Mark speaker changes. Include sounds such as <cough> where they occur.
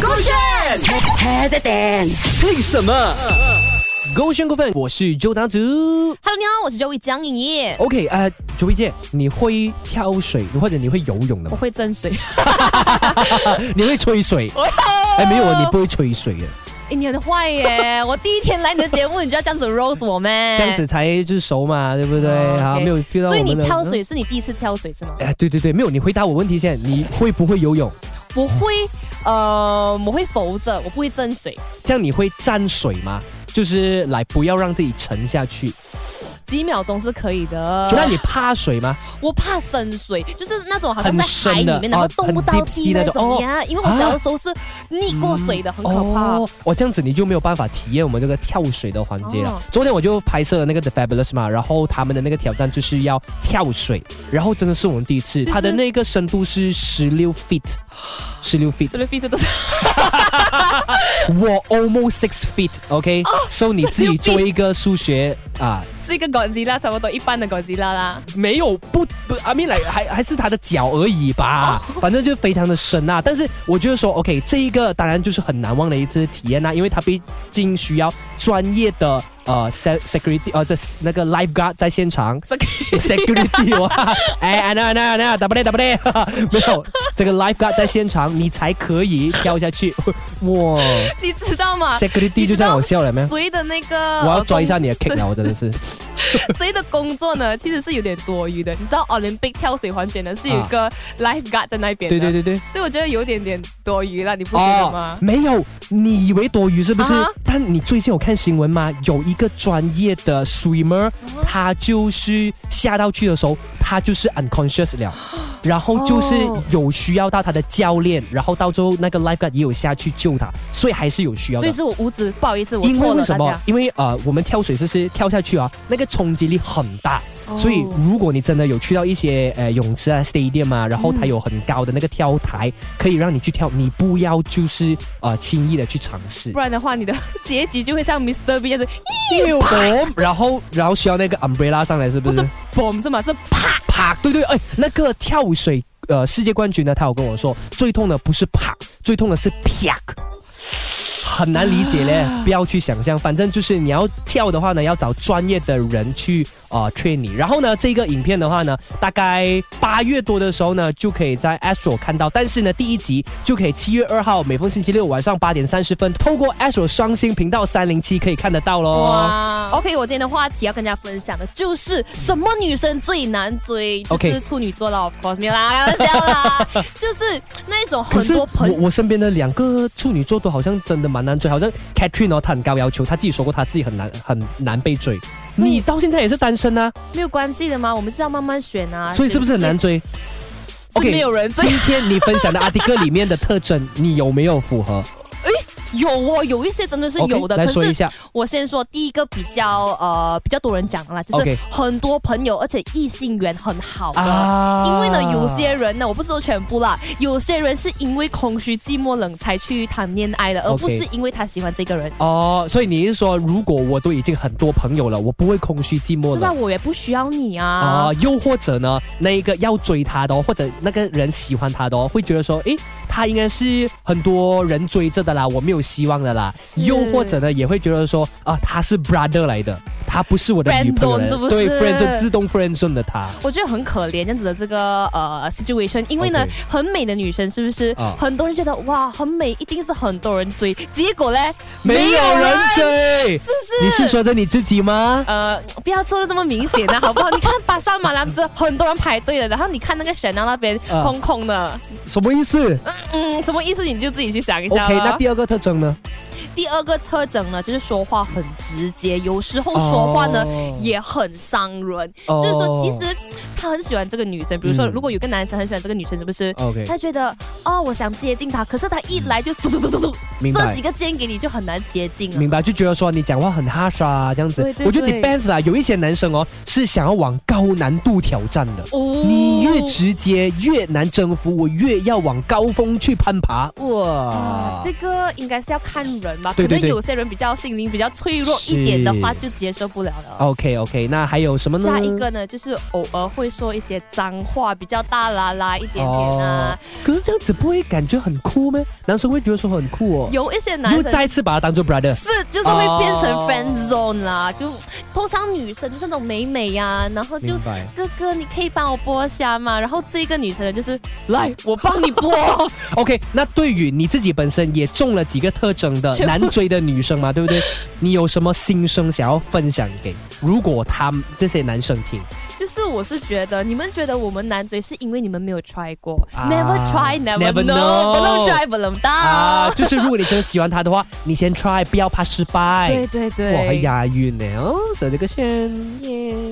Speaker 1: 勾选 h 的点。
Speaker 2: 为什么？勾选过分，我是周达祖。
Speaker 3: Hello，你好，我是周易江颖怡。
Speaker 2: OK，呃，卓一姐，你会跳水，或者你会游泳的
Speaker 3: 我
Speaker 2: 吗？
Speaker 3: 会增 <laughs> 水。哦
Speaker 2: 你会吹水？哎，
Speaker 3: 哎
Speaker 2: 没有啊，你不会吹水的，
Speaker 3: 你很坏
Speaker 2: <laughs>
Speaker 3: 耶！我第一天来你的节目，你就要这样子 rose 我咩？
Speaker 2: 这样子，才就是熟嘛，对不对？
Speaker 3: 哎哦
Speaker 2: 好，
Speaker 3: OK
Speaker 2: 没有 feel 到我
Speaker 3: 所以
Speaker 2: 们
Speaker 3: 你
Speaker 2: 的
Speaker 3: 跳。水是你第一次跳水是吗？
Speaker 2: 哎，对对对，没有，你回答我问题先，你会不会游泳？
Speaker 3: 我会，呃，我会浮着，我不会增水，
Speaker 2: 这样你会沾水吗？就是来不要让自己沉下去。
Speaker 3: 几秒钟是可以
Speaker 2: 那
Speaker 3: 的。
Speaker 2: 你怕水吗？
Speaker 3: 我怕深水，就是那种好像在
Speaker 2: 很
Speaker 3: 海
Speaker 2: 深的
Speaker 3: 里面，然后
Speaker 2: 哦
Speaker 3: 动不
Speaker 2: 很
Speaker 3: 到
Speaker 2: deep sea
Speaker 3: 地那
Speaker 2: 那种
Speaker 3: 种
Speaker 2: 哦
Speaker 3: 呀。因为我小的时候是溺过水的，很可怕。
Speaker 2: 哦，哦，这样子你就没有办法体验我们这个跳水的环节了。
Speaker 3: 哦
Speaker 2: 昨天我就拍摄了那个 The Fabulous 嘛，然后他们的那个挑战就是要跳水，然后真的是我们第一次，
Speaker 3: 就是
Speaker 2: 它的那个深度是十六
Speaker 3: <gasps>
Speaker 2: feet，十六 feet，
Speaker 3: 这边必须都是
Speaker 2: 我 almost six feet，OK，、so 你自己
Speaker 3: 16哦 feet
Speaker 2: 做一个数学啊，
Speaker 3: 是一个 Godzilla，差不多一般的 Godzilla 啦。
Speaker 2: 没有不不阿米来还还是他的脚而已吧，
Speaker 3: 哦
Speaker 2: 反正就非常的深啊。但是我觉得说，OK，这一个当然就是很难忘的一次体验啦、啊因为它毕竟需要专业的呃 se- security 呃这那个 lifeguard 在现
Speaker 3: <laughs>
Speaker 2: 场。
Speaker 3: 这个
Speaker 2: security 哇，哎哎那那那 double double，没 <laughs> 有这个 lifeguard 在现场，你才可以跳下去。哇
Speaker 3: 你知道吗？
Speaker 2: ，security
Speaker 3: 啊你
Speaker 2: 就
Speaker 3: 知
Speaker 2: 这样
Speaker 3: 道呃
Speaker 2: 好笑了没有？
Speaker 3: 谁的那个，
Speaker 2: 我要抓一下你的 kick 了，
Speaker 3: <laughs>
Speaker 2: 我真的是。
Speaker 3: 谁的工作呢？其实是有点多余的。你知道 Olympic 跳水环节呢是有一个 lifeguard 在那边
Speaker 2: 啊对
Speaker 3: 的，
Speaker 2: 对对对。
Speaker 3: 所以我觉得有点点多余了，你不觉得吗？
Speaker 2: 哦没有，你以为多余是不是
Speaker 3: 啊哈
Speaker 2: 但你最近有看新闻吗？有一个专业的 swimmer，、他
Speaker 3: 啊
Speaker 2: 就是下到去的时候，他就是 unconscious
Speaker 3: <gasps>
Speaker 2: 了，然后就是
Speaker 3: 哦
Speaker 2: 有需要到他的教练，然后到最后那个 lifeguard 也有下去救他，所以还是有需要
Speaker 3: 所
Speaker 2: 的
Speaker 3: 以。是我无知，不好意思，我
Speaker 2: 因为
Speaker 3: 错
Speaker 2: 为
Speaker 3: 了，
Speaker 2: 什
Speaker 3: 大
Speaker 2: 么
Speaker 3: 家。？
Speaker 2: 因为呃，我们跳水就是跳下去啊，那个冲击力很大，所以
Speaker 3: 哦
Speaker 2: 如果你真的有去到一些呃泳池啊、stadium 啊，然后它有很高的那个跳台，可以让你去跳，你不要就是呃轻易的去尝试
Speaker 3: 不。然的话，你的 <laughs> 结局就会像 Mr. B 这样子，
Speaker 2: 又嘣然后然后需要那个 umbrella 上来，是不
Speaker 3: 不
Speaker 2: 是
Speaker 3: 是？嘣是吗？是
Speaker 2: 啪啪，对对，哎，那个跳水呃世界冠军呢，他有跟我说，最痛的不是啪，最痛的是啪。很难理解嘞，不要去想象，反正就是你要跳的话呢，要找专业的人去呃 train 你。然后呢，这个影片的话呢，大概八月多的时候呢，就可以在 Astro 看到。但是呢，第一集就可以七月二号每逢星期六晚上八点三十分，透过 Astro 双星频道三零七可以看得到喽。
Speaker 3: 哇！OK，我今天的话题要跟大家分享的就是什么女生最难追，就
Speaker 2: OK
Speaker 3: 是处女座啦，of course 没有啦，开玩笑
Speaker 2: <laughs>
Speaker 3: 啦，就是那种
Speaker 2: 可
Speaker 3: 很
Speaker 2: 是
Speaker 3: 多
Speaker 2: 我
Speaker 3: 朋友。
Speaker 2: 我身边的两个处女座都好像真的蛮难追，好像 Catherine 哦，她很高要求，她自己说过她自己很难很难被追。
Speaker 3: 所以
Speaker 2: 你到现在也是单身啊，
Speaker 3: 没有关系的吗？我们是要慢慢选啊。
Speaker 2: 所以是不是很难追
Speaker 3: 是没有人追
Speaker 2: 今天你分享的阿迪哥里面的特征， <laughs> 你有没有符合？
Speaker 3: 有哦，有一些真的是
Speaker 2: OK，
Speaker 3: 有的。
Speaker 2: 来说一
Speaker 3: 可是
Speaker 2: 下。
Speaker 3: 我先说第一个比较呃比较多人讲的啦，就是
Speaker 2: OK
Speaker 3: 很多朋友，而且异性缘很好的。
Speaker 2: 啊
Speaker 3: 因为呢，有些人呢，我不是说全部啦，有些人是因为空虚、寂寞、冷才去谈恋爱的，而
Speaker 2: OK
Speaker 3: 不是因为他喜欢这个人。
Speaker 2: 哦，所以你是说，如果我都已经很多朋友了，我不会空虚寂寞
Speaker 3: 是啊吧？
Speaker 2: 了。
Speaker 3: 我也不需要你
Speaker 2: 啊、
Speaker 3: 啊。
Speaker 2: 又或者呢，那一个要追她的、哦，或者那个人喜欢她的、哦，会觉得说，诶，她应该是很多人追着的啦，我没有希望的啦。
Speaker 3: 是
Speaker 2: 又或者呢，也会觉得说，啊，她是 brother 来的，她不是我的
Speaker 3: Friend
Speaker 2: 女朋友
Speaker 3: zone，
Speaker 2: 来的
Speaker 3: 是不
Speaker 2: 对
Speaker 3: 是
Speaker 2: ，friend zone，自动 friend zone 的她。
Speaker 3: 我觉得很可怜这样子的这个呃 situation，因为呢
Speaker 2: OK
Speaker 3: 很美的女生是不是、
Speaker 2: 啊
Speaker 3: 很多人觉得哇很美，一定是很多人追，结果呢
Speaker 2: 没有人追，
Speaker 3: 是不是？
Speaker 2: 你是说着你自己吗？
Speaker 3: 呃，不要做的这么明显啊，好不好？你看 <laughs> 巴萨马拉不是很多人排队的，然后你看那个沈阳那边
Speaker 2: 啊
Speaker 3: 空空的，
Speaker 2: 什么意思
Speaker 3: 嗯，什么意思？你就自己去想啊一下
Speaker 2: ？OK，那
Speaker 3: 吧。
Speaker 2: 第二个特征呢？
Speaker 3: 第二个特征呢，就是说话很直接，有时候说话呢、
Speaker 2: 哦
Speaker 3: 也很伤人。
Speaker 2: 哦
Speaker 3: 所以说，其实他很喜欢这个女生，比如说，
Speaker 2: 嗯
Speaker 3: 如果有个男生很喜欢这个女生，是不是？
Speaker 2: OK，
Speaker 3: 他觉得哦，我想接近她，可是他一来就嘟嘟嘟嘟嘟，
Speaker 2: 明
Speaker 3: 这
Speaker 2: 白
Speaker 3: 几。个箭给你就很难接近了。
Speaker 2: 明白，就觉得说你讲话很哈沙、啊、这样子。
Speaker 3: 嗯对对
Speaker 2: 我觉得
Speaker 3: 对
Speaker 2: depends 啦，有一些男生哦是想要往高难度挑战的。
Speaker 3: 哦
Speaker 2: 你越直接越难征服，我越要往高峰去攀爬。
Speaker 3: 啊
Speaker 2: 哇，，
Speaker 3: 这个应该是要看人吧，
Speaker 2: 对对
Speaker 3: 可能
Speaker 2: 对
Speaker 3: 有些人比较心灵比较脆弱一点的话，
Speaker 2: 是
Speaker 3: 就接受不了了。
Speaker 2: OK OK，那还有什么呢？
Speaker 3: 下一个呢，就是偶尔会会说一些脏话，比较大啦啦一点点
Speaker 2: 哦
Speaker 3: 啊。
Speaker 2: 可是这样子不会感觉很酷吗？男生会觉得说很酷哦。
Speaker 3: 有一些男
Speaker 2: 又
Speaker 3: 生
Speaker 2: 再次把他当做 brother。
Speaker 3: 是就是会变成
Speaker 2: 哦
Speaker 3: friend zone 啦，就通常女生就是那种美美呀、然后就
Speaker 2: 明白
Speaker 3: 哥哥你可以帮我剥虾吗？然后这个女生呢就是来我帮你剥，
Speaker 2: OK，那对于你自己本身也中了几个特征的
Speaker 3: 全部
Speaker 2: 难追的女
Speaker 3: <laughs>
Speaker 2: 生嘛，对不对？你有什么心声想要分享给？如果他们这些男生听，
Speaker 3: <laughs> 就是我是觉得你们觉得我们难追是因为你们没有 try 过、
Speaker 2: 啊
Speaker 3: n e v e r try never
Speaker 2: never
Speaker 3: know，不
Speaker 2: know
Speaker 3: 能 try 不能到。
Speaker 2: 啊，就是如果你真的喜欢他的话，你先 try，不要怕失败。
Speaker 3: 对对对，
Speaker 2: 哇，还押韵呢哦，手这个圈耶。